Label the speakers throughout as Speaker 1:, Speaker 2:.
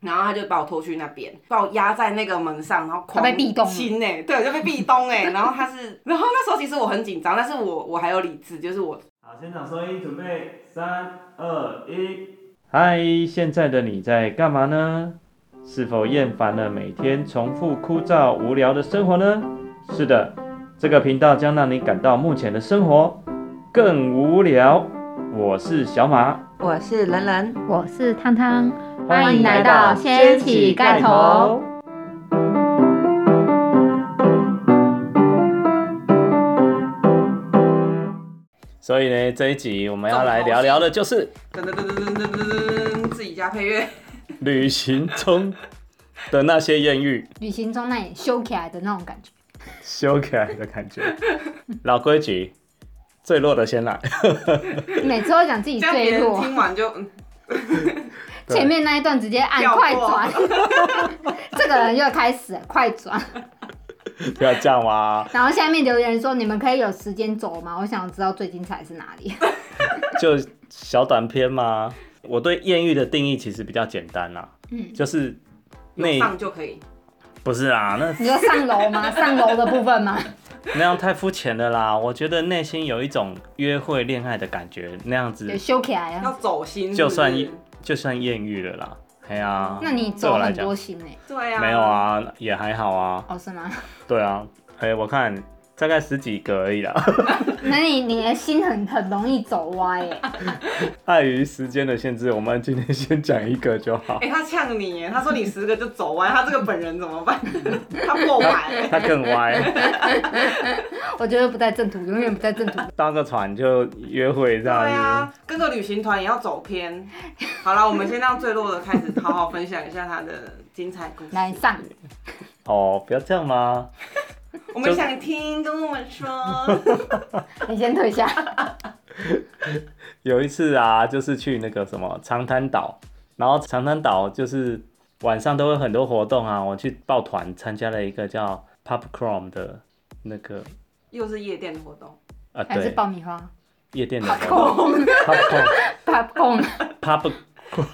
Speaker 1: 然后他就把我拖去那边，把我压在那个门上，然后狂
Speaker 2: 他被壁咚了
Speaker 1: 亲哎、对，就被壁咚哎、 然后他是，然后那时候其实我很紧张，但是我我还有理智，就是我
Speaker 3: 好，现场收音，准备，三、二、一。嗨，现在的你在干嘛呢？是否厌烦了每天重复枯燥无聊的生活呢？是的，这个频道将让你感到目前的生活更无聊。我是小马，
Speaker 4: 我是人人，
Speaker 2: 我是汤汤，
Speaker 4: 欢迎来到掀起盖头。
Speaker 3: 所以呢，这一集我们要来聊聊的就是
Speaker 1: 噔噔噔噔噔噔噔噔，自己加配乐，
Speaker 3: 旅行中的那些艳遇，
Speaker 2: 旅行中那里修起来的那种感觉。
Speaker 3: 修起来的感觉。老规矩，最弱的先来。
Speaker 2: 每次都讲自己
Speaker 1: 这样别
Speaker 2: 坠
Speaker 1: 人
Speaker 2: 落，
Speaker 1: 听完就嗯
Speaker 3: 对
Speaker 2: 前面那一段直接按
Speaker 1: 跳过
Speaker 2: 快转， 这个人又开始了快转。
Speaker 3: 不要这样哇、
Speaker 2: 然后下面留言说：“你们可以有时间走吗？我想知道最精彩是哪里。
Speaker 3: 就小短片嘛。我对艳遇的定义其实比较简单啦、”
Speaker 2: 嗯，
Speaker 3: 就是
Speaker 1: 有
Speaker 3: 内
Speaker 1: 上就可以。
Speaker 3: 不是啦，那
Speaker 2: 你说上楼吗？上楼的部分吗？
Speaker 3: 那样太肤浅了啦。我觉得内心有一种约会恋爱的感觉，那样子
Speaker 2: 有修起来
Speaker 1: 要
Speaker 2: 啊？
Speaker 1: 走心
Speaker 3: 就是
Speaker 1: 不是
Speaker 3: 算就算艳遇了啦。哎呀、
Speaker 2: 那你
Speaker 3: 对
Speaker 2: 走
Speaker 3: 我来
Speaker 2: 很
Speaker 3: 讲
Speaker 2: 多心呢、
Speaker 1: 对啊，
Speaker 3: 没有，啊，也还好啊。
Speaker 2: 哦，是吗？
Speaker 3: 对啊，哎、我看大概十几个而已啦。
Speaker 2: 那你你的心很很容易走歪耶、
Speaker 3: 碍于时间的限制，我们今天先讲一个就好。
Speaker 1: 哎、他呛你耶，他说你十个就走完，他这个本人怎么办？ 他破欸百 耶，
Speaker 3: 他更歪，
Speaker 2: 我觉得不在正途，永远不在正途。
Speaker 3: 搭个船就约会这
Speaker 1: 对
Speaker 3: 样子。
Speaker 1: 啊，跟个旅行团也要走偏。好了，我们先让最弱的开始，好好分享一下他的精彩故事。
Speaker 2: 来上，
Speaker 3: 哦，不要这样嘛。
Speaker 1: 我们想听，跟我们 说。
Speaker 2: 你先退下。
Speaker 3: 有一次啊，就是去那个什么长滩岛，然后长滩岛就是晚上都会很多活动啊，我去抱团参加了一个叫 Popcorn 的那个
Speaker 1: 又是夜店的活动，
Speaker 3: 啊，
Speaker 2: 还是
Speaker 3: 对，
Speaker 2: 爆米花
Speaker 3: 夜店的活动 Popcorn
Speaker 2: ，popcorn，
Speaker 3: Pop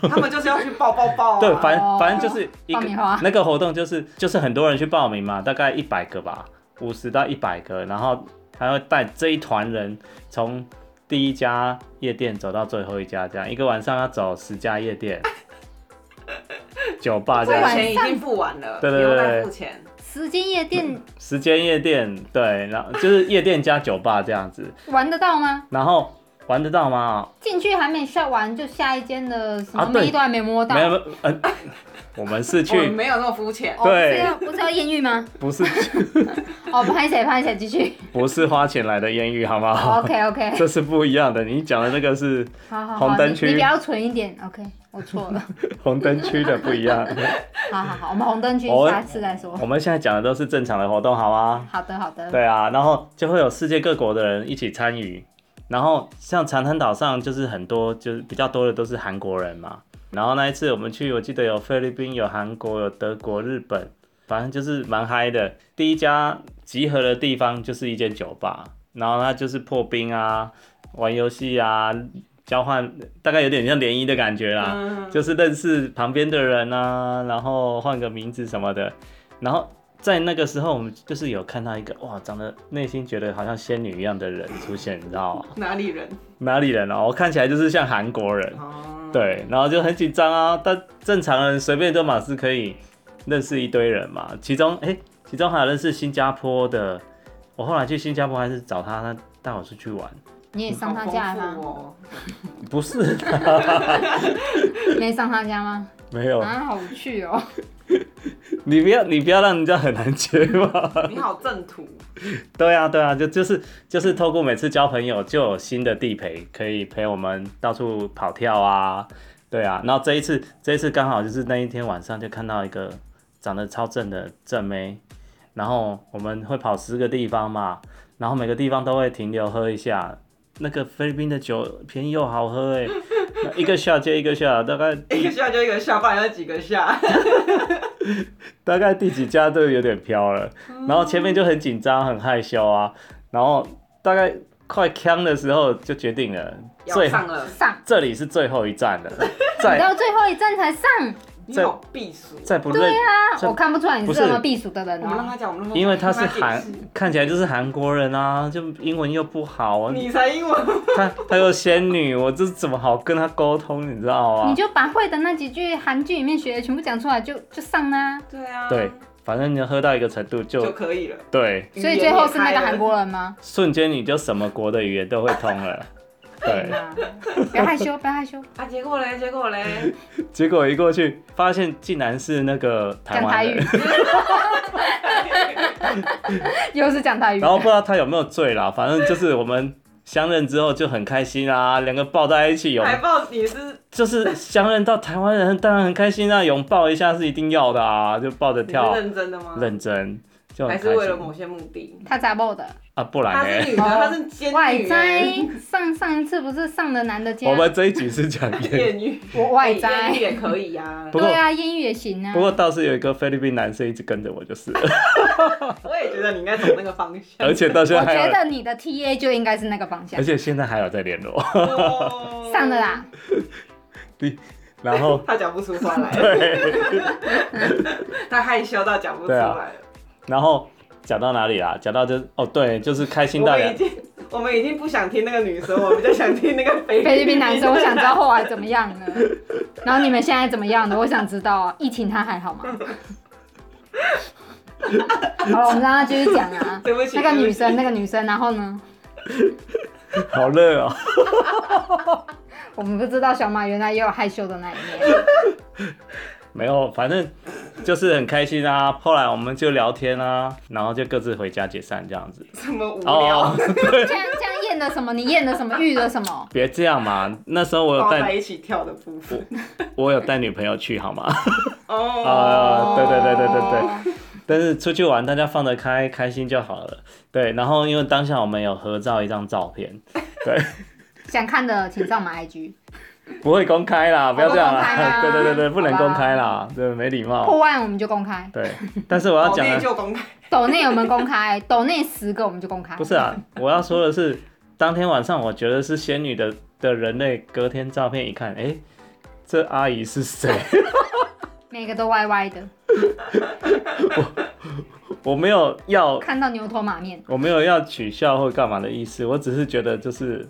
Speaker 1: 他们就是要去抱抱抱、啊。
Speaker 3: 对，反反正就是一
Speaker 2: 爆
Speaker 3: 个
Speaker 2: 米花
Speaker 3: 那个活动，就是就是很多人去报名嘛，大概一百个吧，五十到一百个，然后还会带这一团人从第一家夜店走到最后一家，这样一个晚上要走十家 夜店、酒吧这
Speaker 1: 这
Speaker 3: 样
Speaker 1: 个。钱已经付完了，
Speaker 3: 对对
Speaker 1: 不用再
Speaker 3: 对
Speaker 1: 付钱。
Speaker 2: 时间夜店
Speaker 3: 时间夜店，对，然后就是夜店加酒吧这样子，
Speaker 2: 玩得到吗？
Speaker 3: 然后玩得到吗？
Speaker 2: 进去还没下完，就下一间的什么
Speaker 3: 啊对
Speaker 2: 咪都还没摸到。
Speaker 3: 没有，没有呃，我们是
Speaker 1: 我们
Speaker 3: 去，
Speaker 1: 没有那么肤浅，
Speaker 2: 哦，不是
Speaker 3: 对
Speaker 2: 要不是要艳遇吗？
Speaker 3: 不是
Speaker 2: 哦，拍谁拍谁，继续。
Speaker 3: 不是花钱来的艳遇，好不 好？
Speaker 2: OK OK，
Speaker 3: 这是不一样的，你讲的那个是
Speaker 2: 好好好，
Speaker 3: 红灯
Speaker 2: 你
Speaker 3: 区
Speaker 2: 你比较蠢一点。OK，我错 了。
Speaker 3: 红灯区的不一样，
Speaker 2: 好好好，我们红灯区
Speaker 3: 我
Speaker 2: 下次再说。
Speaker 3: 我们现在讲的都是正常的活动，好吗？
Speaker 2: 好的好的，
Speaker 3: 对啊，然后就会有世界各国的人一起参与，然后像长滩岛上就是很多就是比较多的都是韩国人嘛，然后那一次我们去，我记得有菲律宾、有韩国、有德国、日本，反正就是蛮嗨的。第一家集合的地方就是一间酒吧，然后它就是破冰啊、玩游戏啊、交换，大概有点像联谊的感觉啦。
Speaker 1: 嗯，
Speaker 3: 就是认识旁边的人啊，然后换个名字什么的。然后在那个时候，我们就是有看到一个哇，长得内心觉得好像仙女一样的人出现，你知道吗？
Speaker 1: 哪里人？
Speaker 3: 哪里人哦？我看起来就是像韩国人，
Speaker 1: 哦，
Speaker 3: 对，然后就很紧张啊。但正常人随便都马是可以认识一堆人嘛，其中哎、其中还有认识新加坡的。我后来去新加坡还是找他，他带我出去玩，
Speaker 2: 你也上
Speaker 1: 好
Speaker 2: 他
Speaker 1: 丰
Speaker 2: 家了
Speaker 1: 富
Speaker 2: 吗？
Speaker 1: 哦。
Speaker 3: 不是，
Speaker 2: 没上他家吗？
Speaker 3: 没有，
Speaker 2: 啊，好无趣哦。
Speaker 3: 你不要你不要让人家很难接吧。
Speaker 1: 你好正途，
Speaker 3: 对啊，对啊，就就是就是透过每次交朋友，就有新的地陪可以陪我们到处跑跳啊，对啊。然后这一次，这一次刚好就是那一天晚上就看到一个长得超正的正妹，然后我们会跑十个地方嘛，然后每个地方都会停留喝一下。那个菲律宾的酒便宜又好喝哎、那一个下接一个下，大概
Speaker 1: 一个下就一个下，不然要几个下？
Speaker 3: 大概第几家都有点飘了，然后前面就很紧张、很害羞啊，然后大概快呛的时候就决定了，
Speaker 1: 要
Speaker 3: 最
Speaker 1: 上了，
Speaker 2: 上，
Speaker 3: 这里是最后一站了，
Speaker 2: 你
Speaker 3: 在
Speaker 2: 到最后一站才上，
Speaker 1: 你
Speaker 3: 在
Speaker 1: 好避暑。
Speaker 3: 在不认，
Speaker 2: 啊，我看不出来你
Speaker 3: 不
Speaker 2: 是
Speaker 3: 是
Speaker 2: 这么避暑的人
Speaker 1: 我们让
Speaker 2: 哦。
Speaker 1: 他讲，我们让他
Speaker 3: 因为他
Speaker 1: 让
Speaker 3: 是
Speaker 1: 解
Speaker 3: 韩
Speaker 1: 释，
Speaker 3: 看起来就是韩国人啊，就英文又不好啊，
Speaker 1: 你才英文，
Speaker 3: 他他又仙女，我这怎么好跟他沟通，你知道吗？
Speaker 2: 你就把会的那几句韩剧里面学的全部讲出来就，就上啦、
Speaker 1: 对啊，
Speaker 3: 对，反正你喝到一个程度就
Speaker 1: 就可以了。
Speaker 3: 对，
Speaker 2: 所以最后是那
Speaker 1: 语言也开
Speaker 2: 个
Speaker 1: 了
Speaker 2: 韩国人吗？
Speaker 3: 瞬间你就什么国的语言都会通了。 对，
Speaker 2: 啊，不要害羞，不要害羞，
Speaker 1: 啊，结果嘞，结果嘞，
Speaker 3: 结果一过去发现竟然是那个台
Speaker 2: 讲
Speaker 3: 湾
Speaker 2: 台
Speaker 3: 人
Speaker 2: 语，又是讲台语
Speaker 3: 然。后不知道他有没有醉啦，反正就是我们相认之后就很开心啊，两个抱在一起拥，
Speaker 1: 海报你是
Speaker 3: 就是相认到台湾人当然很开心啊，拥抱一下是一定要的啊，就抱着
Speaker 1: 你是
Speaker 3: 跳，
Speaker 1: 认真的吗？
Speaker 3: 认真就很
Speaker 1: 还
Speaker 3: 开
Speaker 1: 是为了
Speaker 3: 心
Speaker 1: 某些目的？
Speaker 2: 他咋报的？
Speaker 3: 啊，不
Speaker 1: 她
Speaker 3: 然
Speaker 1: 是欸
Speaker 3: 呢？
Speaker 1: 女的，
Speaker 2: 哦
Speaker 1: 她是监
Speaker 2: 外
Speaker 1: 女
Speaker 2: 在
Speaker 1: 欸，
Speaker 2: 上上一次不是上的男的家，
Speaker 3: 我们这一集是讲英语
Speaker 1: 艳女，
Speaker 2: 我外
Speaker 1: 艳
Speaker 2: 在
Speaker 1: 女，也可以呀
Speaker 3: 不。过
Speaker 2: 对啊，艳遇也行啊。
Speaker 3: 不过倒是有一个菲律宾男生一直跟着我，就是 了，
Speaker 1: 我也觉得你应该走那个方 向。
Speaker 3: 而且到现
Speaker 2: 我
Speaker 3: 在还
Speaker 2: 觉
Speaker 3: 有，
Speaker 2: 得你的 T A 就应该是那个方向
Speaker 3: 而且现在还有在联络，
Speaker 1: 哦
Speaker 2: 上的，啦。
Speaker 3: 然后
Speaker 1: 他讲不出话来，
Speaker 3: 对，
Speaker 1: 他害羞到讲不出
Speaker 3: 对
Speaker 1: 来
Speaker 3: 啊
Speaker 1: 了。
Speaker 3: 然后讲到哪里啦？讲到就哦对，就是开心
Speaker 1: 我
Speaker 3: 到
Speaker 1: 们
Speaker 3: 两
Speaker 1: 已经，我们已经不想听那个女生，我们就想听那个菲
Speaker 2: 菲律宾男生，我想知
Speaker 1: 道。
Speaker 2: 道后来怎么样呢？然后你们现在怎么样的？我想知道啊。疫情他还好 吗？好了，我们让他继续讲啊。
Speaker 1: 对不起，
Speaker 2: 那个
Speaker 1: 对
Speaker 2: 女
Speaker 1: 不起
Speaker 2: 生，那个女生，然后呢？
Speaker 3: 好热哦，
Speaker 2: 我们不知道小马原来也有害羞的那一 面。
Speaker 3: 没有，反正就是很开心啊。后来我们就聊天啊，然后就各自回家解散这样子。
Speaker 1: 这么无
Speaker 3: 哦
Speaker 1: 聊，，
Speaker 2: 这样这样验了什么？你验了什么？遇了什么？
Speaker 3: 别这样嘛，那时候我有
Speaker 1: 抱在
Speaker 3: 带
Speaker 1: 一起跳的部 分。
Speaker 3: 我有带女朋友去好吗？
Speaker 1: 哦
Speaker 3: 啊对对对对对对
Speaker 2: 对。
Speaker 3: 但是出去玩，大家放得开，开心就好了。对，然后因为当下我们有合照一张照片，
Speaker 2: 想看的请上我们 IG，
Speaker 3: 不会公开啦，不要这样
Speaker 2: 哦不公开
Speaker 3: 啦。
Speaker 2: 吗
Speaker 3: 对对对对，不能
Speaker 2: 好吧
Speaker 3: 公开啦，对，没礼貌。
Speaker 2: 破万我们就公开，
Speaker 3: 对，但是我要
Speaker 1: 好
Speaker 3: 讲啊
Speaker 2: 哦
Speaker 1: 内
Speaker 3: 的
Speaker 1: 疚公开，
Speaker 2: 抖内我们公 开，抖内十个我们就公开。
Speaker 3: 不 是啊，我要说的是，当天晚上我觉得是仙女的的人类，隔天照片一看，哎、这阿姨是谁？
Speaker 2: 每个都歪歪的，
Speaker 3: 我没有要，
Speaker 2: 看到牛头马面。
Speaker 3: 我没有要取笑或干嘛的意思，我只是觉得就是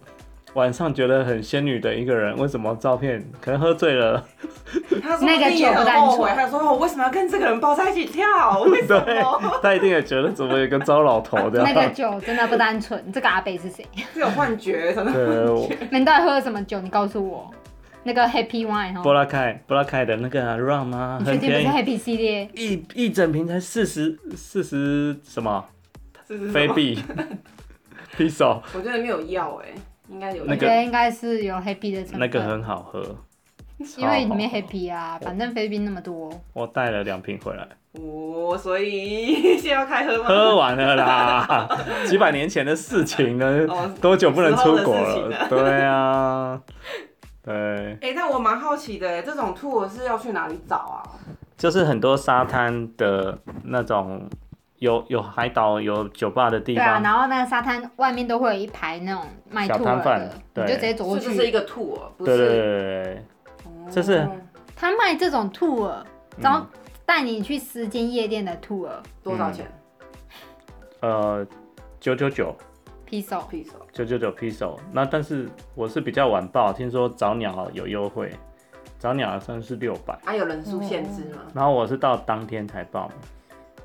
Speaker 3: 晚上觉得很仙女的一个人，为什么照片可能喝醉了？
Speaker 1: 他说
Speaker 2: 那个
Speaker 1: 自己也
Speaker 2: 酒
Speaker 1: 很
Speaker 2: 单
Speaker 1: 后悔，
Speaker 2: 纯
Speaker 1: 他说我为什么要跟这个人抱在一起跳？为 什么？
Speaker 3: 他一定也觉得怎么有个糟老头这
Speaker 2: 那
Speaker 3: 样。
Speaker 2: 个酒真的不单纯，这个阿北是谁？
Speaker 1: 这种幻 觉，真的。
Speaker 3: 对，我
Speaker 2: 你到底喝了什么酒？你告诉我。那个 Happy Wine
Speaker 3: 布
Speaker 2: 哈，
Speaker 3: 拉开布拉开的那个啊 rum 啊，
Speaker 2: 你
Speaker 3: 很
Speaker 2: 确定不
Speaker 3: 便
Speaker 2: 是
Speaker 3: 宜，
Speaker 2: Happy 系列？
Speaker 3: 一一整瓶才四十四十什么
Speaker 1: 是是是
Speaker 3: 菲币 p i s o
Speaker 1: 我觉得没有药哎、应该有
Speaker 3: 那
Speaker 2: 我
Speaker 1: 药
Speaker 2: 觉
Speaker 3: 个
Speaker 2: 得应该是有 Happy 的成分，
Speaker 3: 那个很好喝，
Speaker 2: 因为里面
Speaker 3: 超好喝
Speaker 2: Happy 啊，反正菲律宾那么多，
Speaker 3: 我带了两瓶回来，
Speaker 1: 哦，所以 现在要开喝吗？
Speaker 3: 喝完了啦， 几百年前的事情呢
Speaker 1: 哦，
Speaker 3: 多久不能出
Speaker 1: 时
Speaker 3: 国
Speaker 1: 候的事情
Speaker 3: 了？
Speaker 1: 啊
Speaker 3: 对啊，对，
Speaker 1: 哎、但我蛮好奇的、欸，这种 tour 是要去哪里找啊？
Speaker 3: 就是很多沙滩的那种，有有海岛有酒吧的地
Speaker 2: 对啊，
Speaker 3: 方，
Speaker 2: 然后那个沙滩外面都会有一排那种卖
Speaker 3: 小
Speaker 2: 兔
Speaker 3: 摊
Speaker 2: 儿
Speaker 3: 贩
Speaker 2: 的，你
Speaker 3: 对
Speaker 2: 就直接走过
Speaker 1: 是不是一
Speaker 2: 去。
Speaker 1: 个 tour？不
Speaker 3: 对
Speaker 1: 是，
Speaker 3: 对对对对，
Speaker 1: 哦
Speaker 3: 这是
Speaker 2: 他卖这种兔儿，
Speaker 3: 嗯
Speaker 2: 然后带你去十间夜店的兔儿
Speaker 1: 多
Speaker 3: 嗯
Speaker 1: 少钱？
Speaker 3: 呃，九九九。
Speaker 2: 披手，
Speaker 1: p i s
Speaker 3: 九九九 p i s o 那但是我是比较晚报，听说早鸟有优惠，早鸟好像是六百，
Speaker 1: 啊，有人数限制吗？
Speaker 3: 然后我是到当天才报，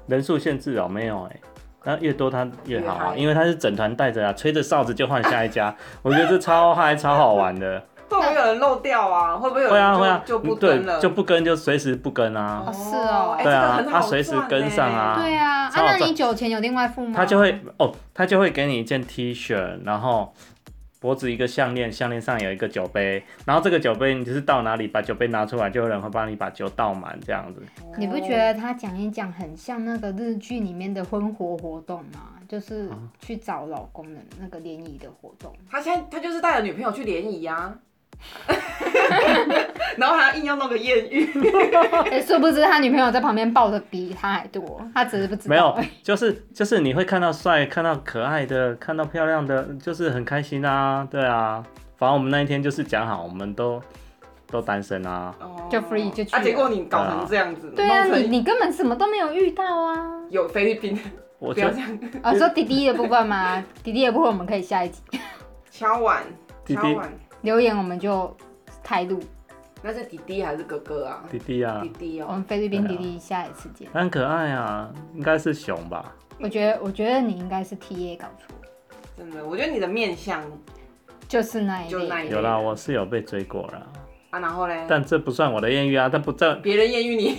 Speaker 3: 人数限制哦，没有哎、那越多它越好
Speaker 1: 越
Speaker 3: 啊，
Speaker 1: 嗨
Speaker 3: 因为它是整团带着啊，吹着哨子就换下一家，我觉得这超嗨、超好玩的。
Speaker 1: 会不会有人漏掉啊？会不会有
Speaker 3: 会啊
Speaker 1: 人就、
Speaker 3: 会啊，
Speaker 1: 就不跟了？
Speaker 3: 对，就不跟就随时不跟啊，
Speaker 2: 哦是哦
Speaker 1: 哎
Speaker 3: 对
Speaker 1: 这个
Speaker 3: 啊
Speaker 1: 很，
Speaker 3: 他
Speaker 1: 好
Speaker 3: 随时
Speaker 1: 赚
Speaker 3: 跟上
Speaker 1: 欸
Speaker 3: 啊，
Speaker 2: 对啊，啊，
Speaker 3: 超好
Speaker 2: 那
Speaker 3: 赚
Speaker 2: 你酒钱有另外付吗？
Speaker 3: 他就会哦，他就会给你一件 T 恤，然后脖子一个项链，项链上有一个酒杯，然后这个酒杯你就是到哪里把酒杯拿出来，就有人会帮你把酒倒满这样子。
Speaker 2: 你不觉得他讲一讲很像那个日剧里面的婚活活动吗？就是去找老公的那个联谊的活动。
Speaker 1: 欸他现在他就是带着女朋友去联谊啊， 然后还要硬要弄个艳遇，
Speaker 3: 啊
Speaker 2: 哎、殊不知他女朋友在旁边抱的比他还多，他只是不知道。
Speaker 3: 没有，
Speaker 1: 欸
Speaker 3: 就是就是你会看到帅，看到可爱的，看到漂亮的，就是很开心啊，对啊。反正我们那一天就是讲好，我们都都单身啊。
Speaker 1: 哦
Speaker 2: 就 free 就去
Speaker 1: 啊，
Speaker 2: 了
Speaker 1: 结果你搞成这样子，
Speaker 2: 对啊，
Speaker 1: 弄成
Speaker 2: 你你根本什么都没有遇到啊！
Speaker 1: 有菲律宾，
Speaker 3: 我
Speaker 1: 不
Speaker 3: 觉
Speaker 1: 要
Speaker 3: 得
Speaker 1: 这样，
Speaker 2: 啊，说弟弟的部分吗？ 弟弟的部分我们可以下一集
Speaker 1: 敲碗，
Speaker 3: 弟弟
Speaker 1: 敲碗，
Speaker 2: 留言，我们就开录。
Speaker 1: 那是弟弟还是哥哥啊？
Speaker 3: 弟弟啊
Speaker 1: 弟，弟
Speaker 2: 我
Speaker 1: 哦，
Speaker 2: 们菲律宾
Speaker 3: 对
Speaker 2: 弟
Speaker 3: 啊
Speaker 2: 弟下一次见。
Speaker 3: 他很可爱啊，应该是熊吧？
Speaker 2: 我觉得，我觉得你应该是 T A 搞错，
Speaker 1: 真的，我觉得你的面相
Speaker 2: 就是那一
Speaker 1: 就那
Speaker 2: 类。
Speaker 1: 一类
Speaker 3: 有啦，我是有被追过啦，
Speaker 1: 啊，然后嘞，
Speaker 3: 但这不算我的艳遇啊，但不这
Speaker 1: 别人艳遇你，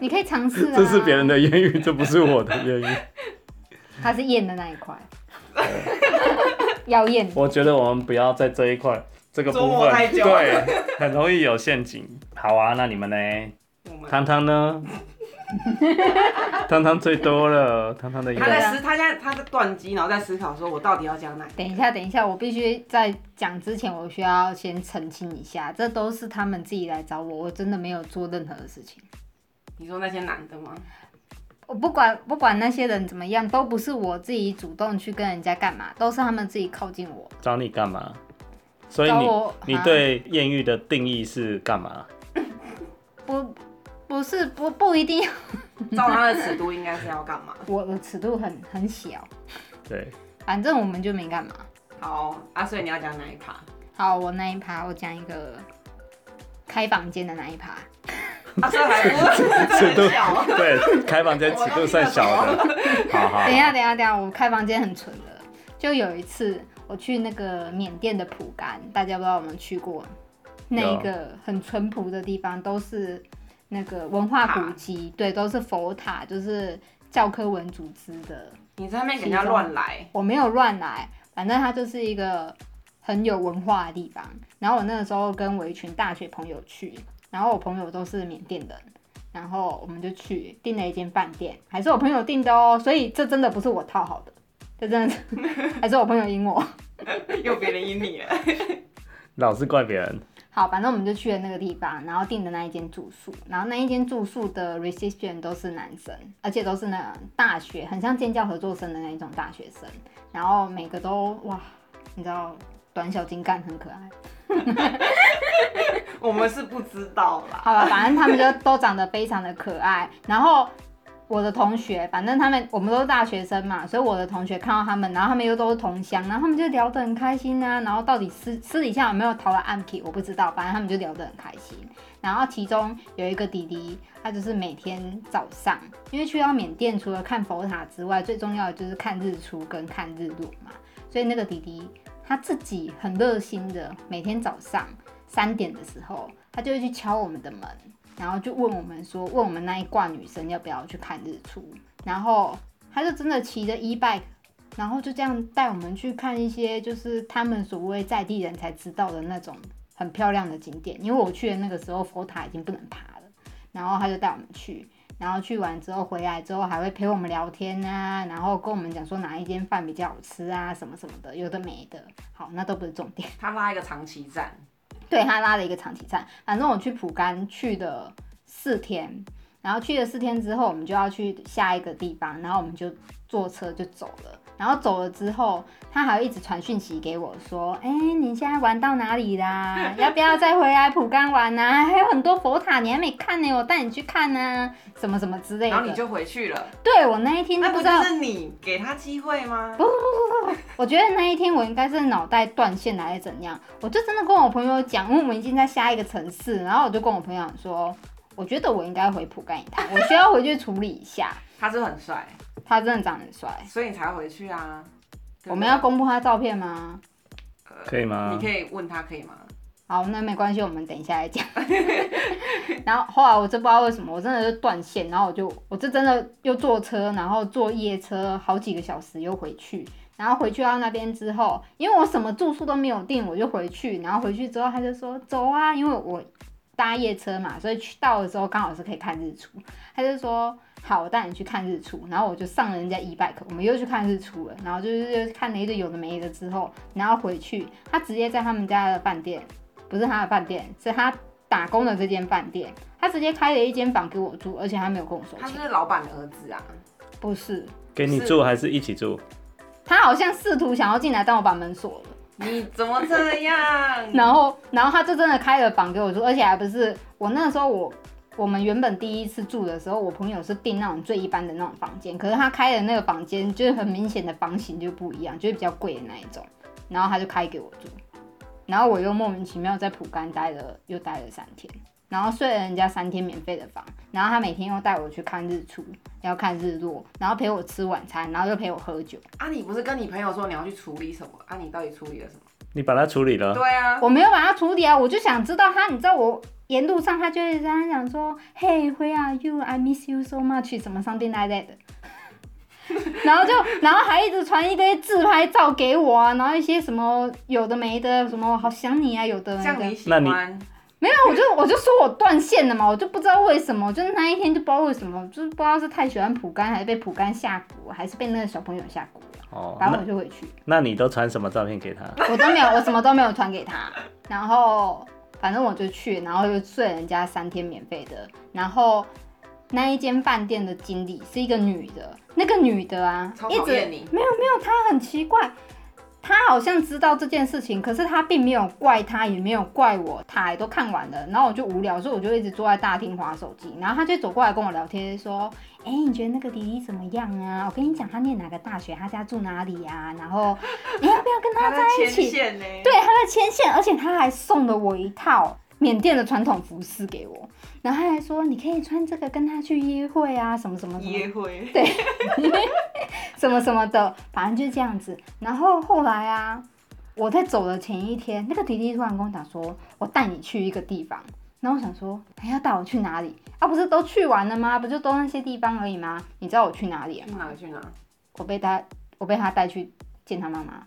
Speaker 2: 你可以尝试啊。
Speaker 3: 这是别人，的艳遇，这不是我的艳 遇。
Speaker 2: 他是艳的那一块， 要艳。
Speaker 3: 我觉得我们不要在这一块这个
Speaker 1: 琢
Speaker 3: 部
Speaker 1: 磨
Speaker 3: 分
Speaker 1: 太，久
Speaker 3: 对，很容易有陷阱。好啊，那你们呢？
Speaker 1: 我们
Speaker 3: 汤汤 呢？汤汤最多了，汤汤的艳
Speaker 1: 他
Speaker 3: 遇
Speaker 2: 啊
Speaker 1: 在思，他在他在断机，然后在思考说，我到底要讲哪一个？
Speaker 2: 等一下，等一下，我必须在讲之前，我需要先澄清一下，这都是他们自己来找我，我真的没有做任何的事情。
Speaker 1: 你说那些男的吗？
Speaker 2: 我不管不管那些人怎么样，都不是我自己主动去跟人家干嘛，都是他们自己靠近我。
Speaker 3: 找你干嘛？所以
Speaker 2: 找
Speaker 3: 你
Speaker 2: 我
Speaker 3: 你
Speaker 2: 啊
Speaker 3: 对艳遇的定义是干嘛？
Speaker 2: 不不是不不一定要，
Speaker 1: 照他的尺度应该是要干嘛？
Speaker 2: 我的尺度很很小，
Speaker 3: 对，
Speaker 2: 反正我们就没干嘛。
Speaker 1: 好啊，所以你要讲哪一趴？
Speaker 2: 好，我那一趴我讲一个开房间的那一趴，
Speaker 1: 啊，这还不这
Speaker 3: 尺度
Speaker 1: 很小，
Speaker 3: 对，开房间尺度算小的。好好，
Speaker 2: 等一下，等一下，等一下，我开房间很纯的。就有一次，我去那个缅甸的蒲甘，大家不知道有没有去过？那一个很淳朴的地方，都是那个文化古迹，对，都是佛塔，就是教科文组织的。
Speaker 1: 你在那边给人家乱来，
Speaker 2: 我没有乱来，反正它就是一个很有文化的地方。然后我那个时候跟我一群大学朋友去，然后我朋友都是缅甸人，然后我们就去订了一间饭店，还是我朋友订的哦，所以这真的不是我套好的，这真的是 还是我朋友赢我。
Speaker 1: 又别人阴你了。
Speaker 3: 老是怪别人。
Speaker 2: 好，反正我们就去了那个地方，然后订的那一间住宿，然后那一间住宿的 reception 都是男生，而且都是那种大学，很像建教合作生的那一种大学生，然后每个都哇，你知道短小精干，很可爱。
Speaker 1: 我们是不知道啦，
Speaker 2: 好了，反正他们就都长得非常的可爱。 然后我的同学，反正他们我们都是大学生嘛，所以我的同学看到他们，然后他们又都是同乡，然后他们就聊得很开心啊。然后到底私私底下有没有讨论暗癖，我不知道，反正他们就聊得很开心。然后其中有一个弟弟，他就是每天早上，因为去到缅甸除了看佛塔之外，最重要的就是看日出跟看日落嘛，所以那个弟弟他自己很热心的，每天早上三点的时候，他就会去敲我们的门，然后就问我们说，问我们那一挂女生要不要去看日出，然后他就真的骑着 e bike。然后就这样带我们去看一些就是他们所谓在地人才知道的那种很漂亮的景点，因为我去的那个时候佛塔已经不能爬了，然后他就带我们去，然后去完之后回来之后还会陪我们聊天啊，然后跟我们讲说哪一间饭比较好吃啊，什么什么的，有的没的。好，那都不是重点。
Speaker 1: 他拉一个长期战，
Speaker 2: 对他拉了一个长期战，反正我去蒲甘去了四天，然后去了四天之后，我们就要去下一个地方，然后我们就坐车就走了。然后走了之后，他还一直传讯息给我说：“哎、你现在玩到哪 里啦？要不要再回来蒲甘玩呢、啊？还有很多佛塔你还没看呢、我带你去看呢、什么什么之类的。”
Speaker 1: 然后你就回去了，
Speaker 2: 对我那一天就
Speaker 1: 那
Speaker 2: 不
Speaker 1: 不
Speaker 2: 知道
Speaker 1: 就，是你给他机会吗？
Speaker 2: 我觉得那一天我应该是脑袋断线还是怎样，我就真的跟我朋友讲，因为我们已经在下一个城市，然后我就跟我朋友讲说，我觉得我应该回浦干一趟，我需要回去处理一下。
Speaker 1: 他是很帅，
Speaker 2: 他真的长得很帅，
Speaker 1: 所以你才回去啊。对不对呃
Speaker 2: 我们要公布他照片吗？
Speaker 3: 可以啊吗
Speaker 1: 你可以问他可以吗？
Speaker 2: 好，那没关系，我们等一下来讲。然后后来我真不知道为什么，我真的就断线，然后我就我就真的又坐车，然后坐夜车好几个小时又回去，然后回去到那边之后，因为我什么住宿都没有订，我就回去，然后回去之后他就说走啊，因为我搭夜车嘛，所以去到的时候刚好是可以看日出，他就说。好，我带你去看日出，然后我就上了人家 e bike，我们又去看日出了，然后就是看了一堆有的没的之后，然后回去，他直接在他们家的饭店不是他的饭店，是他打工的这间饭店。他直接开了一间房给我住，而且他没有跟我说
Speaker 1: 他是
Speaker 2: 钱。
Speaker 1: 不是老板的儿子啊，
Speaker 2: 不是，
Speaker 3: 给你住还是一起住？
Speaker 2: 他好像试图想要进来，但我把门锁了。
Speaker 1: 你怎么这样？
Speaker 2: 然后，然后他就真的开了房给我住，而且还不是我那时候我我们原本第一次住的时候，我朋友是订那种最一般的那种房间，可是他开的那个房间就是很明显的房型就不一样，就是比较贵的那一种，然后他就开给我住，然后我又莫名其妙在浦干待了又待了三天，然后睡了人家三天免费的房，然后他每天又带我去看日出，要看日落，然后陪我吃晚餐，然后又陪我喝酒，
Speaker 1: 啊，你不是跟你朋友说你要去处理什么？啊，你到底处理了什么？
Speaker 3: 你把它处理了，
Speaker 1: 对啊，
Speaker 2: 我没有把它处理啊，我就想知道他，你知道我沿路上他就会这样讲说，Hey, where are you? I miss you so much，什么 something like that 的 然后就，然后还一直传一堆自拍照给我啊，然后一些什么有的没的，什么我好想你啊，有的没
Speaker 1: 像你
Speaker 2: 的，
Speaker 1: 喜
Speaker 3: 那你
Speaker 1: 欢，
Speaker 2: 没有，我就我就说我断线了嘛，我就不知道为什么，就是那一天就不知道为什么，就是不知道是太喜欢蒲甘，还是被蒲甘吓蛊，还是被那个小朋友吓蛊了，
Speaker 3: 哦，
Speaker 2: 反正
Speaker 3: 那
Speaker 2: 我就回去。
Speaker 3: 那你都传什么照片给他？
Speaker 2: 我都没有，我什么都没有传给他。然后反正我就去，然后就睡人家三天免费的。然后那一间饭店的经理是一个女的，那个女的啊，
Speaker 1: 超
Speaker 2: 一
Speaker 1: 讨
Speaker 2: 直
Speaker 1: 厌你
Speaker 2: 没有没有，她很奇怪。她好像知道这件事情，可是她并没有怪她，也没有怪我，她也都看完了。然后我就无聊，所以我就一直坐在大厅划手机。然后她就走过来跟我聊天，说：“哎、你觉得那个迪迪怎么样啊？我跟你讲，她念哪个大学，她家住哪里呀、然后你要不要跟她
Speaker 1: 他
Speaker 2: 在
Speaker 1: 在
Speaker 2: 一
Speaker 1: 牵
Speaker 2: 起？
Speaker 1: 线呢。
Speaker 2: 对，，他在牵线，而且他还送了我一套缅甸的传统服饰给我，然后他还说你可以穿这个跟他去约会啊，什么什么什么
Speaker 1: 约会。
Speaker 2: 什么什么的，反正就是这样子。然后后来啊，我在走的前一天，那个弟弟突然跟我讲说，我带你去一个地方。然后我想说，他要带我去哪里？啊，不是都去完了吗？不就都那些地方而已吗？你知道我去哪里了
Speaker 1: 去
Speaker 2: 吗？
Speaker 1: 哪去哪？
Speaker 2: 我被他，我被他带去见他妈妈。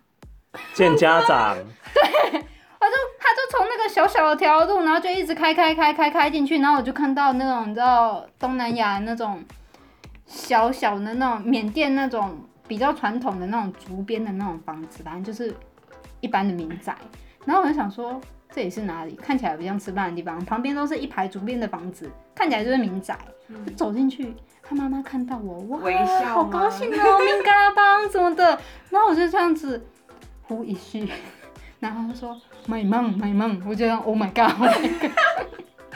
Speaker 3: 见家长，
Speaker 2: 我就他就从那个小小的条路，然后就一直开开开开开进去，然后我就看到那种你知道东南亚那种小小的那种缅甸那种比较传统的那种竹编的那种房子，反正就是一般的民宅。然后我就想说这里是哪里？看起来不像吃饭的地方，旁边都是一排竹编的房子，看起来就是民宅。就走进去，他妈妈看到我，哇，
Speaker 1: 嗯微笑吗
Speaker 2: 好高兴哦，明嘎啦邦什么的。然后我就这样子呼一吸，然后他就说 my mom my mom，我就这样 oh my god，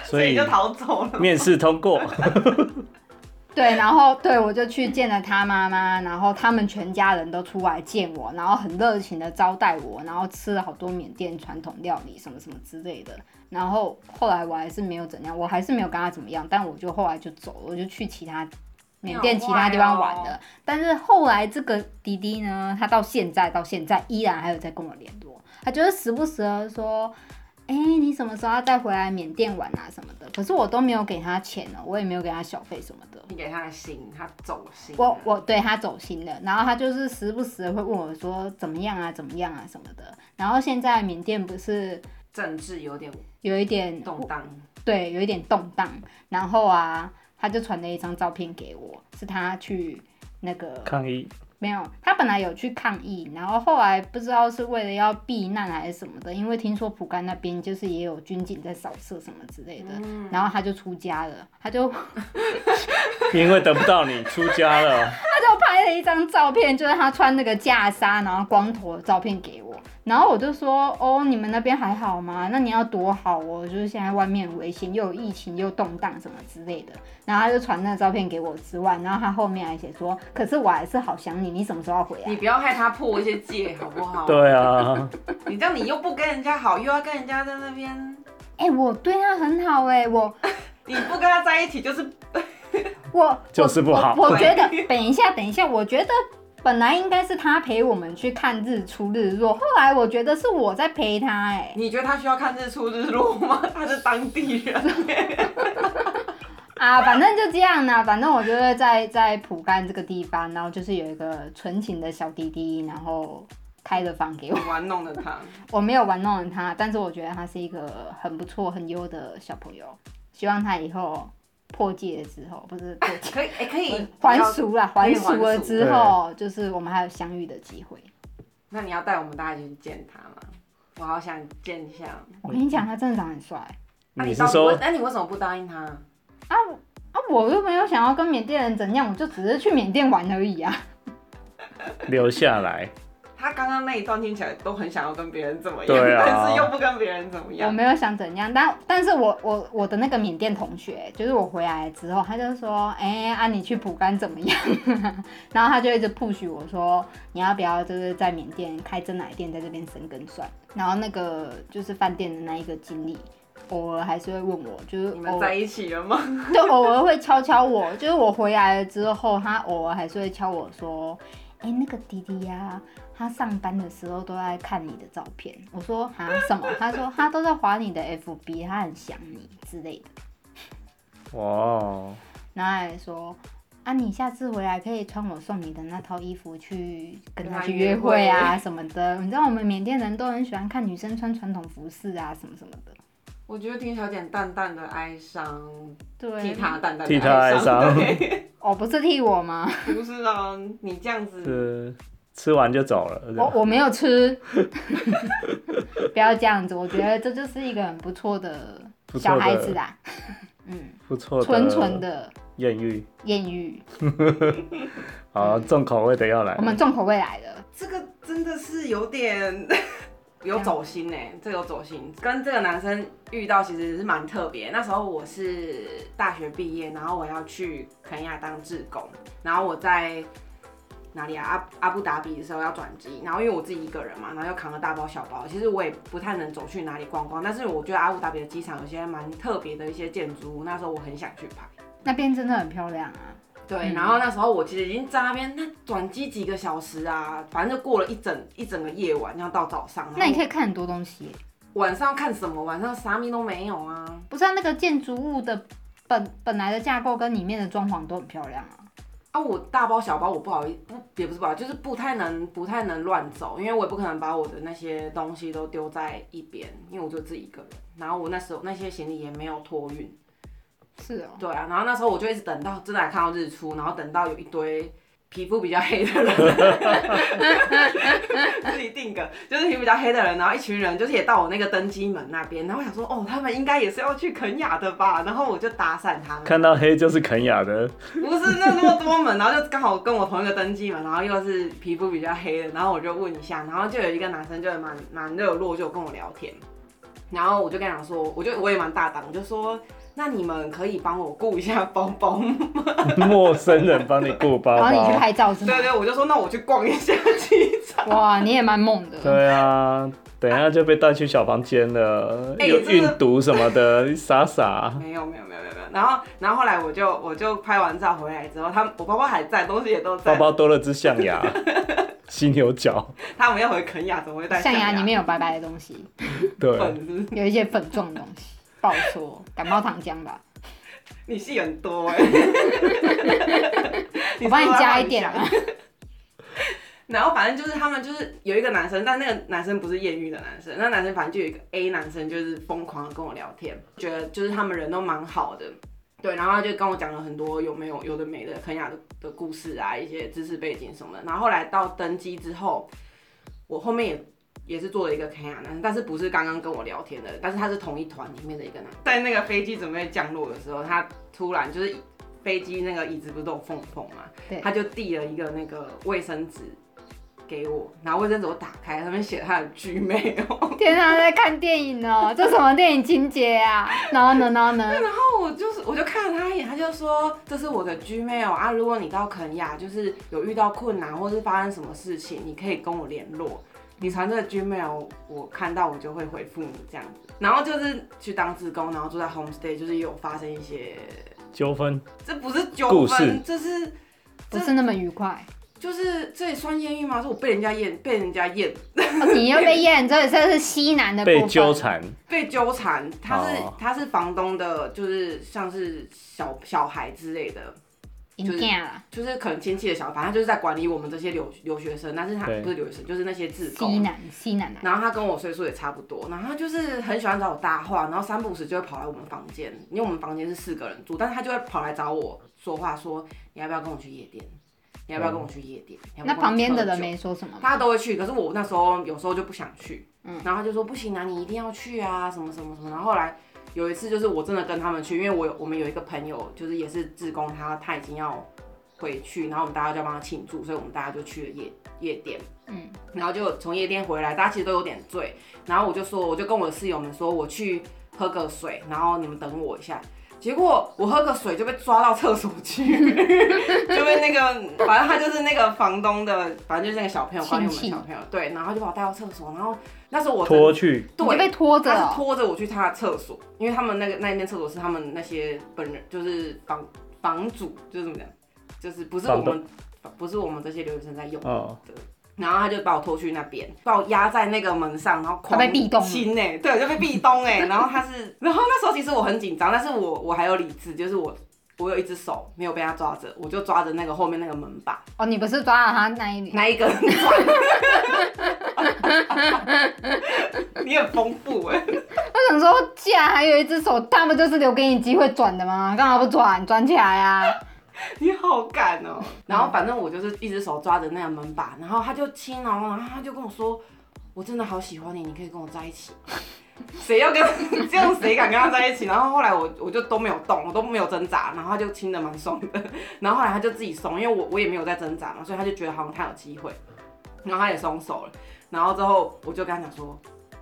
Speaker 3: 所
Speaker 1: 你
Speaker 3: 以
Speaker 1: 就逃走了。
Speaker 3: 面试 通过。
Speaker 2: 对，然后对我就去见了他妈妈，然后他们全家人都出来见我，然后很热情的招待我，然后吃了好多缅甸传统料理什么什么之类的。然后后来我还是没有怎样，我还是没有跟他怎么样，但我就后来就走了，我就去其他缅甸其他地方玩
Speaker 1: 你好坏
Speaker 2: 了。但是后来这个滴滴呢，他到现在到现在依然还有在跟我联络，他就是时不时的说。哎、你什么时候要再回来缅甸玩啊什么的？可是我都没有给他钱哦，我也没有给他小费什么的。
Speaker 1: 你给他的心，他走心。
Speaker 2: 我我对他走心了，然后他就是时不时地会问我说怎么样啊，怎么样啊什么的。然后现在缅甸不是
Speaker 1: 政治有点
Speaker 2: 有一点
Speaker 1: 动荡，
Speaker 2: 对，有一点动荡。然后啊，他就传了一张照片给我，是他去那个
Speaker 3: 抗议，
Speaker 2: 没有，他本来有去抗议，然后后来不知道是为了要避难还是什么的，因为听说蒲甘那边就是也有军警在扫射什么之类的，然后他就出家了，他就
Speaker 3: 因为得不到你出家了，
Speaker 2: 就拍了一张照片，就是他穿那个袈裟，然后光头的照片给我，然后我就说，哦，你们那边还好吗？那你要多好哦，就是现在外面很危险，又有疫情，又动荡什么之类的。然后他就传那个照片给我之外，然后他后面还写说，可是我还是好想你，你什么时候要回
Speaker 1: 你
Speaker 2: 来？
Speaker 1: 不要害他破一些戒，好不好？，
Speaker 3: 对啊，
Speaker 1: 你这样你又不跟人家好，又要跟人家在那边，
Speaker 2: 哎、我对他很好哎、我
Speaker 1: 你不跟他在一起就是
Speaker 2: 我
Speaker 3: 就是不好
Speaker 2: 我我觉得，等一下，等一下，我觉得本来应该是他陪我们去看日出日落，后来我觉得是我在陪他哎、
Speaker 1: 你觉得他需要看日出日落吗？ 他是当地人，
Speaker 2: 啊，反正就这样啦。反正我就会在在浦干这个地方，然后就是有一个纯情的小弟弟，然后开了房给我。
Speaker 1: 玩弄了他。
Speaker 2: 我没有玩弄他，但是我觉得他是一个很不错、很优的小朋友。希望他以后破戒了之后，不是破戒，
Speaker 1: 可以，哎，可 以
Speaker 2: 还。俗啦，
Speaker 1: 可
Speaker 2: 还
Speaker 1: 以
Speaker 2: 俗了
Speaker 1: 还俗
Speaker 2: 之后，就是我们还有相遇的机会。
Speaker 1: 那你要带我们大家一起去见他吗？我好想见一下。
Speaker 2: 我跟你讲，他真的长得很帅啊
Speaker 1: 那
Speaker 3: 你是
Speaker 1: 到底为
Speaker 3: 说
Speaker 1: 那你为什么不答应他？
Speaker 2: 我啊！我又没有想要跟缅甸人怎样，我就只是去缅甸玩而已啊。
Speaker 3: 留下来？
Speaker 1: 他刚刚那一段听起来都很想要跟别人怎么样，
Speaker 3: 对啊
Speaker 1: 但是又不跟别人怎么
Speaker 2: 我
Speaker 1: 样。
Speaker 2: 没有想怎样，但但是我我我的那个缅甸同学，就是我回来之后，他就说，哎、啊你去蒲甘怎么样？ 然后他就一直 push 我说，你要不要就是在缅甸开真奶店，在这边生根算？然后那个就是饭店的那一个经理，偶尔还是会问我，就是
Speaker 1: 你们
Speaker 2: 偶尔
Speaker 1: 在一起了吗？
Speaker 2: 就偶尔会敲敲我，就是我回来了之后，他偶尔还是会敲我说：“哎、那个弟弟呀、他上班的时候都在看你的照片。”我说：“啊什么？”他说：“他都在划你的 FB，他很想你之类的。
Speaker 3: 哇哦，”
Speaker 2: 然后他还说：“啊，你下次回来可以穿我送你的那套衣服去跟他去约会啊什么的。你知道我们缅甸人都很喜欢看女生穿传统服饰啊什么什么的。”
Speaker 1: 我觉得听起来有点淡淡的哀伤，替
Speaker 2: 对，
Speaker 1: 他淡淡的
Speaker 3: 替他哀伤
Speaker 1: 对
Speaker 2: 哦，不是替我吗？
Speaker 1: 不是啊，你这样
Speaker 2: 嗯
Speaker 1: 子
Speaker 3: 是吃完就走了。这
Speaker 2: 我
Speaker 3: 样
Speaker 2: 我没有吃， 不要这样子，我觉得这就是一个很不错的
Speaker 3: 不错
Speaker 2: 小
Speaker 3: 的
Speaker 2: 孩子 啦，嗯，
Speaker 3: 不错的，
Speaker 2: 纯纯的
Speaker 3: 艳遇，
Speaker 2: 艳遇，
Speaker 3: 好重口味的要来了。
Speaker 2: 我们重口味来了，
Speaker 1: 这个真的是有点有走心呢、这有走心。跟这个男生遇到其实是蛮特别。那时候我是大学毕业，然后我要去肯亚当志工，然后我在哪里啊？阿阿布达比的时候要转机，然后因为我自己一个人嘛，然后又扛了大包小包，其实我也不太能走去哪里逛逛。但是我觉得阿布达比的机场有些蛮特别的一些建筑物，那时候我很想去拍。
Speaker 2: 那边真的很漂亮啊，
Speaker 1: 对，
Speaker 2: 嗯
Speaker 1: 然后那时候我其实已经在那边，那转机几个小时啊，反正就过了一整一整个夜晚，然后到早上。
Speaker 2: 那你可
Speaker 1: 以
Speaker 2: 以看很多东西耶，
Speaker 1: 晚上看什么？晚上啥咪都没有啊。
Speaker 2: 不是、啊、那个建筑物的本本来的架构跟里面的装潢都很漂亮啊，
Speaker 1: 啊，我大包小包，我不好意不也不是不好意思，就是不太能不太能乱走，因为我也不可能把我的那些东西都丢在一边，因为我就自己一个人。然后我那时候那些行李也没有托运，
Speaker 2: 是哦，
Speaker 1: 对啊，然后那时候我就一直等到真的还看到日出，然后等到有一堆皮肤比较黑的人， 自己定个就是皮肤比较黑的人，然后一群人就是也到我那个登机门那边，然后我想说哦，他们应该也是要去肯雅的吧，然后我就搭讪他们，
Speaker 3: 看到黑就是肯雅的，
Speaker 1: 不是那那么多门，然后就刚好跟我同一个登机门，然后又是皮肤比较黑的，然后我就问一下，然后就有一个男生就蛮蛮热络，就有跟我聊天，然后我就跟他说，我就我也蛮大胆，我就说那你们可以帮我顾一下包包吗？
Speaker 3: 陌生人帮你顾包
Speaker 2: 然后你去
Speaker 3: 包。
Speaker 2: 拍照是吗
Speaker 1: 对？对，我就说那我去逛一下机场。
Speaker 2: 哇，你也蛮猛的，
Speaker 3: 对啊，等一下就被带去小房间了，
Speaker 1: 哎
Speaker 3: 有
Speaker 1: 这个
Speaker 3: 运毒什么 的，傻傻。
Speaker 1: 没有没有没有没有没有，然后然后后来我就我就拍完照回来之后，他们我包包还在，东西也都
Speaker 3: 包
Speaker 1: 在。
Speaker 3: 包多了只象牙， 犀牛角，
Speaker 1: 他们要回肯亚，怎么会带
Speaker 2: 象
Speaker 1: 牙
Speaker 2: 牙里面有白白的东西，
Speaker 3: 对，
Speaker 1: 粉是不是？
Speaker 2: 有一些粉状的东西，不好说，感冒糖浆吧。
Speaker 1: 你戏很多 哎、
Speaker 2: 我帮你加一点
Speaker 1: 啊
Speaker 2: 啊。
Speaker 1: 然后反正就是他们就是有一个男生，但那个男生不是艳遇的男生，那男生反正就有一个 A 男生，就是疯狂的跟我聊天，觉得就是他们人都蛮好的，对，然后他就跟我讲了很多有没有有的没的肯雅的的故事啊，一些知识背景什么的。然后后来到登机之后，我后面也也是做了一个肯雅男生，但是不是刚刚跟我聊天的，但是他是同一团里面的一个男生。在那个飞机准备降落的时候，他突然就是飞机那个椅子不是都有缝缝嘛，
Speaker 2: 对
Speaker 1: 他就递了一个那个卫生纸给我，然后卫生纸我打开，上面写他的 Gmail，
Speaker 2: 天啊，在看电影 哦、这什么电影情节啊？然后呢，然后呢？
Speaker 1: 我就是，我就看了他一眼，他就说这是我的 Gmail 啊，如果你到肯雅就是有遇到困难或是发生什么事情，你可以跟我联络。你传这个 Gmail，我看到我就会回复你这样子。然后就是去当志工，然后住在 homestay，就是也有发生一些，
Speaker 3: 纠纷
Speaker 1: 这不是纠
Speaker 3: 故事
Speaker 1: 纷，这是
Speaker 2: 不是那么愉快，
Speaker 1: 就是这也算艳遇吗？是我被人家艳，被人家艳，
Speaker 2: 哦、你又被验，这这是西南的部
Speaker 3: 被
Speaker 2: 分。
Speaker 3: 纠缠，
Speaker 1: 被纠缠。他是、
Speaker 3: 哦
Speaker 1: 他是房东的，就是像是小小孩之类的，
Speaker 2: 赢定了，
Speaker 1: 就是可能亲戚的小孩，反正他就是在管理我们这些留留学生，但是他
Speaker 3: 对
Speaker 1: 不是留学生，就是那些自
Speaker 2: 西
Speaker 1: 工。
Speaker 2: 南西南啊来，
Speaker 1: 然后他跟我岁数也差不多，然后他就是很喜欢找我搭话，然后三不五时就会跑来我们房间，因为我们房间是四个人住，但是他就会跑来找我说话，说你要不要跟我去夜店？你要不要跟我去夜店？你要不
Speaker 2: 哦那
Speaker 1: 要跟我
Speaker 2: 旁
Speaker 1: 去
Speaker 2: 边的
Speaker 1: 喝
Speaker 2: 人
Speaker 1: 酒
Speaker 2: 没说什么吗？
Speaker 1: 大家都会去，可是我那时候有时候就不想去，
Speaker 2: 嗯
Speaker 1: 然后他就说不行啊，你一定要去啊，什么什么什么。然后后来有一次就是我真的跟他们去，因为我有我们有一个朋友就是也是志工，他他已经要回去，然后我们大家就要帮他庆祝，所以我们大家就去了夜夜店。
Speaker 2: 嗯，
Speaker 1: 然后就从夜店回来，大家其实都有点醉。然后我就说，我就跟我的室友们说，我去喝个水，然后你们等我一下。结果我喝个水就被抓到厕所去， 就被那个，反正他就是那个房东的，反正就是那个小朋友，管理我们的
Speaker 2: 亲戚
Speaker 1: 小朋友，对，然后他就把我带到厕所，然后那时候我
Speaker 3: 拖去，
Speaker 2: 你就
Speaker 1: 对
Speaker 2: 被拖着
Speaker 1: 他是
Speaker 2: 哦、
Speaker 1: 拖着我去他的厕所，因为他们那个那一间厕所是他们那些本人，就是房房主，就是怎么讲，就是不是我
Speaker 3: 房
Speaker 1: 们，不是我们这些留学生在用。
Speaker 3: 嗯，
Speaker 1: 然后他就把我拖去那边，把我压在那个门上，然后狂
Speaker 2: 他被壁咚了
Speaker 1: 亲哎、对，就被壁咚 哎、然后他是，然后那时候其实我很紧张，但是我我还有理智，就是我我有一只手没有被他抓着，我就抓着那个后面那个门把，
Speaker 2: 哦，你不是抓了他那一里？
Speaker 1: 那一根转。 你很丰富哎、
Speaker 2: 我想说，既然还有一只手，他不就是留给你机会转的吗？干嘛不转？转起来啊！
Speaker 1: 你好敢哦、然后反正我就是一只手抓着那个门把，然后他就亲哦，然后他就跟我说，我真的好喜欢你，你可以跟我在一起 吗。谁要跟 这样谁敢跟他在一起？然后后来我我就都没有动，我都没有挣扎，然后他就亲的蛮松的，然后后来他就自己松，因为我我也没有在挣扎嘛，所以他就觉得好像他有机会，然后他也松手了，然后之后我就跟他讲说，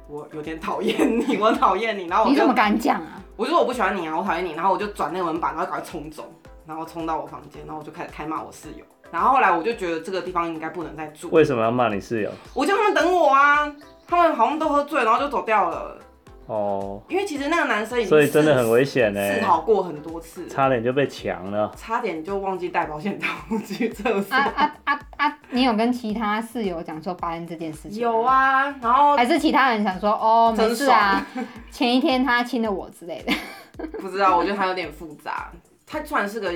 Speaker 1: 我有点讨厌你， 我讨厌你，然后我
Speaker 2: 你
Speaker 1: 就
Speaker 2: 怎么敢讲啊？
Speaker 1: 我就说我不喜欢你啊，我讨厌你，然后我就转那个门把，然后赶快冲走，然后冲到我房间，然后我就开始开骂我室友。然后后来我就觉得这个地方应该不能再住，
Speaker 3: 为什么要骂你室友？
Speaker 1: 我叫他们等我啊，他们好像都喝醉，然后就走掉了。
Speaker 3: 哦，
Speaker 1: 因为其实那个男生已经
Speaker 3: 所以真的很危
Speaker 1: 险
Speaker 3: 险呢、欸
Speaker 1: 试逃过很多次，
Speaker 3: 差点就被抢了。
Speaker 1: 差点就忘记带保险套去厕所
Speaker 2: 啊。啊啊啊！你有跟其他室友讲说发生这件事情？
Speaker 1: 有。啊，然后
Speaker 2: 还是其他人想说哦，没
Speaker 1: 真
Speaker 2: 事啊，前一天他亲了我之类的，
Speaker 1: 不知道，我觉得他有点复杂。他虽然是个，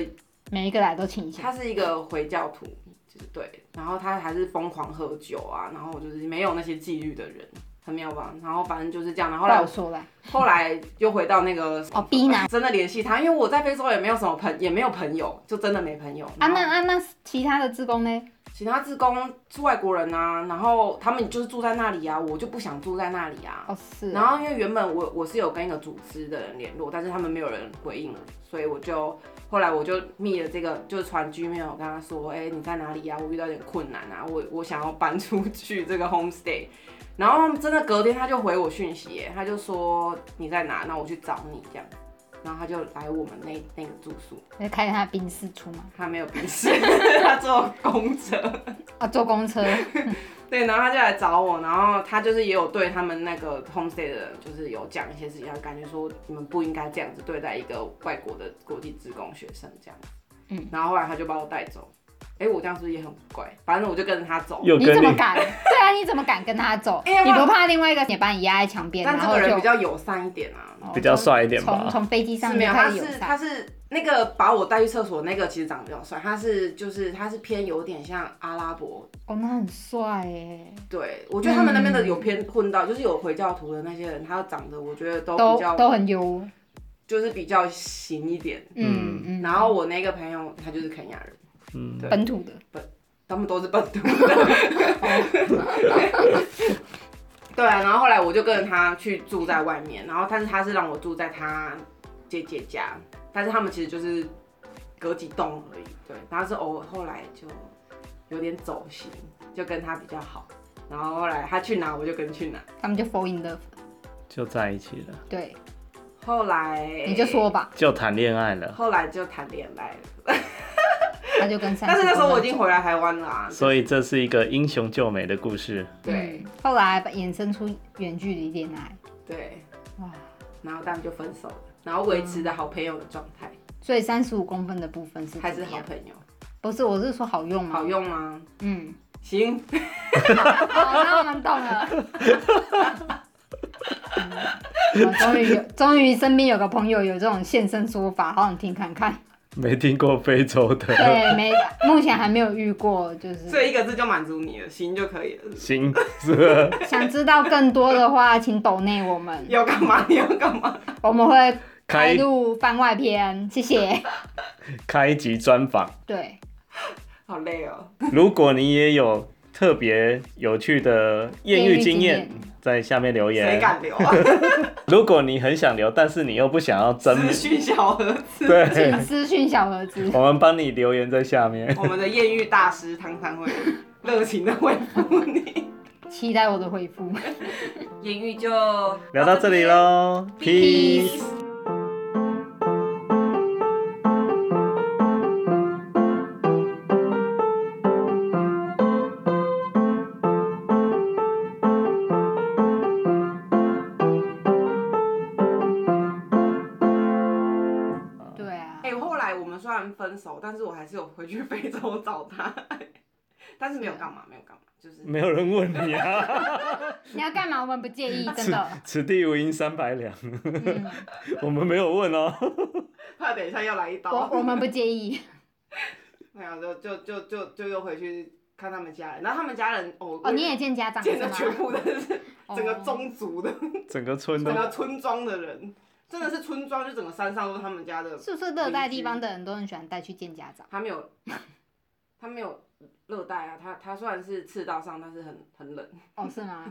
Speaker 2: 每一个来都亲一下。
Speaker 1: 他是一个回教徒，就是对，然后他还是疯狂喝酒啊，然后就是没有那些纪律的人，很没有吧。然后反正就是这样，然后
Speaker 2: 后
Speaker 1: 后来
Speaker 2: 来
Speaker 1: 我
Speaker 2: 我说了，
Speaker 1: 后来又回到那个
Speaker 2: 哦，B 男
Speaker 1: 真的联系他，因为我在非洲也没有什么朋，也没有朋友，就真的没朋友。
Speaker 2: 啊，
Speaker 1: 然
Speaker 2: 那
Speaker 1: 后
Speaker 2: 啊那其他的职工呢？
Speaker 1: 其他志工是外国人啊，然后他们就是住在那里啊，我就不想住在那里啊。
Speaker 2: 哦是
Speaker 1: 然
Speaker 2: 啊，
Speaker 1: 后因为原本我我是有跟一个组织的人联络，但是他们没有人回应我，所以我就后来我就密了这个，就是传 Gmail 跟他说，哎、你在哪里啊？我遇到点困难啊，我我想要搬出去这个 homestay。然后他们真的隔天他就回我讯息耶，他就说你在哪？那我去找你这样。然后他就来我们那那个住宿，
Speaker 2: 就开着他的宾士出嘛，
Speaker 1: 他没有笔试， 他坐公车。
Speaker 2: 啊坐 公车，
Speaker 1: 对，然后他就来找我，然后他就是也有对他们那个 homestay 的，就是有讲一些事情，他感觉说你们不应该这样子对待一个外国的国际职工学生这样。
Speaker 2: 嗯，
Speaker 1: 然后后来他就把我带走，哎、我这样是不是也很怪？反正我就跟着他走，
Speaker 3: 又
Speaker 2: 你
Speaker 3: 跟
Speaker 2: 怎么
Speaker 3: 你
Speaker 2: 敢？ 对啊，你怎么敢跟他走？
Speaker 1: 哎呀
Speaker 2: 你不怕另外一个也把你压在墙边，
Speaker 1: 但
Speaker 2: 然
Speaker 1: 这
Speaker 2: 后
Speaker 1: 个人
Speaker 2: 就
Speaker 1: 比较友善一点啊。
Speaker 2: 哦
Speaker 3: 比较帅一点
Speaker 2: 从
Speaker 3: 吧？
Speaker 2: 从飞机上
Speaker 1: 是
Speaker 2: 就
Speaker 1: 没有，
Speaker 2: 开
Speaker 1: 他
Speaker 2: 始友
Speaker 1: 是他
Speaker 2: 善，
Speaker 1: 是那个把我带去厕所那个，其实长得比较帅，他是就是他是偏有点像阿拉伯
Speaker 2: 哦那很帅耶，
Speaker 1: 对，我觉得他们那边的有
Speaker 2: 嗯
Speaker 1: 偏混到，就是有回教徒的那些人，他长得我觉得都
Speaker 2: 都
Speaker 1: 比较
Speaker 2: 都很优，
Speaker 1: 就是比较型一点。
Speaker 2: 嗯嗯，
Speaker 1: 然后我那个朋友他就是肯亚人，
Speaker 3: 嗯，
Speaker 1: 对
Speaker 2: 本土的，
Speaker 1: 他们都是本土的。 对啊，然后后来我就跟着他去住在外面，然后但是他是让我住在他姐姐家，但是他们其实就是隔几栋而已。对，然后是偶尔后来就有点走心，就跟他比较好。然后后来他去哪我就跟去哪。
Speaker 2: 他们就 fall in love，
Speaker 3: 就在一起了，
Speaker 2: 对，
Speaker 1: 后来
Speaker 2: 你就说吧，
Speaker 3: 就谈恋爱了，
Speaker 1: 后来就谈恋爱了，
Speaker 2: 他就跟上，
Speaker 1: 但是那时候我已经回来台湾了啊。
Speaker 3: 所以这是一个英雄救美的故事。
Speaker 1: 对
Speaker 2: 对，嗯后来衍生出远距离恋爱，
Speaker 1: 对，
Speaker 2: 哇，
Speaker 1: 然后他们就分手了，然后维持着好朋友的状态，
Speaker 2: 所以三十五公分的部分是
Speaker 1: 还
Speaker 2: 怎
Speaker 1: 是好
Speaker 2: 么样？
Speaker 1: 朋友，
Speaker 2: 不是，我是说好用吗？
Speaker 1: 好，用吗？
Speaker 2: 嗯，
Speaker 1: 行，
Speaker 2: 好，那我们懂了。嗯我终于有，终于身边有个朋友有这种现身说法，好想听看看。
Speaker 3: 没听过非洲的
Speaker 2: 对，没，目前还没有遇过，就是
Speaker 1: 所以一个字就满足你了，行就可以了。
Speaker 3: 心是
Speaker 2: 想知道更多的话，请抖内我 们，
Speaker 1: 要干嘛？你要干嘛？
Speaker 2: 我们会开
Speaker 3: 开
Speaker 2: 录番外篇，谢谢。
Speaker 3: 开一集专访。
Speaker 2: 对，
Speaker 1: 好累哦。
Speaker 3: 如果你也有特别有趣的艳
Speaker 2: 艳遇
Speaker 3: 遇经验
Speaker 2: 经验，
Speaker 3: 在下面留
Speaker 1: 谁
Speaker 3: 言。
Speaker 1: 敢留啊？
Speaker 3: 如果你很想留，但是你又不想要 真
Speaker 1: 资讯小盒子，
Speaker 3: 对
Speaker 2: 请，私讯小盒子。
Speaker 3: 我们帮你留言在下面。
Speaker 1: 我们的艳遇大师汤汤 会热情的回复你。
Speaker 2: 期待我的回复。
Speaker 1: 艳遇就
Speaker 3: 聊到这里。喽，peace。
Speaker 2: 对啊
Speaker 1: 哎、，后来我们虽然分手，但是我还是有回去非洲找他， 但是没有干嘛，没有干嘛，就是
Speaker 3: 没有人问你啊，
Speaker 2: 你要干嘛？我们不介意，真的。
Speaker 3: 此地无银三百两，
Speaker 2: 嗯，
Speaker 3: 我们没有问哦。
Speaker 1: 怕等一下要来一刀。
Speaker 2: 我我们不介意。
Speaker 1: 没有，就啊就就就就又回去看他们家人，然后他们家人哦，
Speaker 2: 哦，你也见家长是
Speaker 1: 见的
Speaker 2: 吗？
Speaker 1: 全部都是整个
Speaker 2: 哦
Speaker 1: 宗族的，
Speaker 3: 整个村都
Speaker 1: 整个村庄的人，真的是村庄，就整个山上都是他们家的。
Speaker 2: 是不是热带地方的人都很喜欢带去见家长？
Speaker 1: 他没有，他没有热带啊，他他虽然是赤道上，但是很很冷。
Speaker 2: 哦，是吗？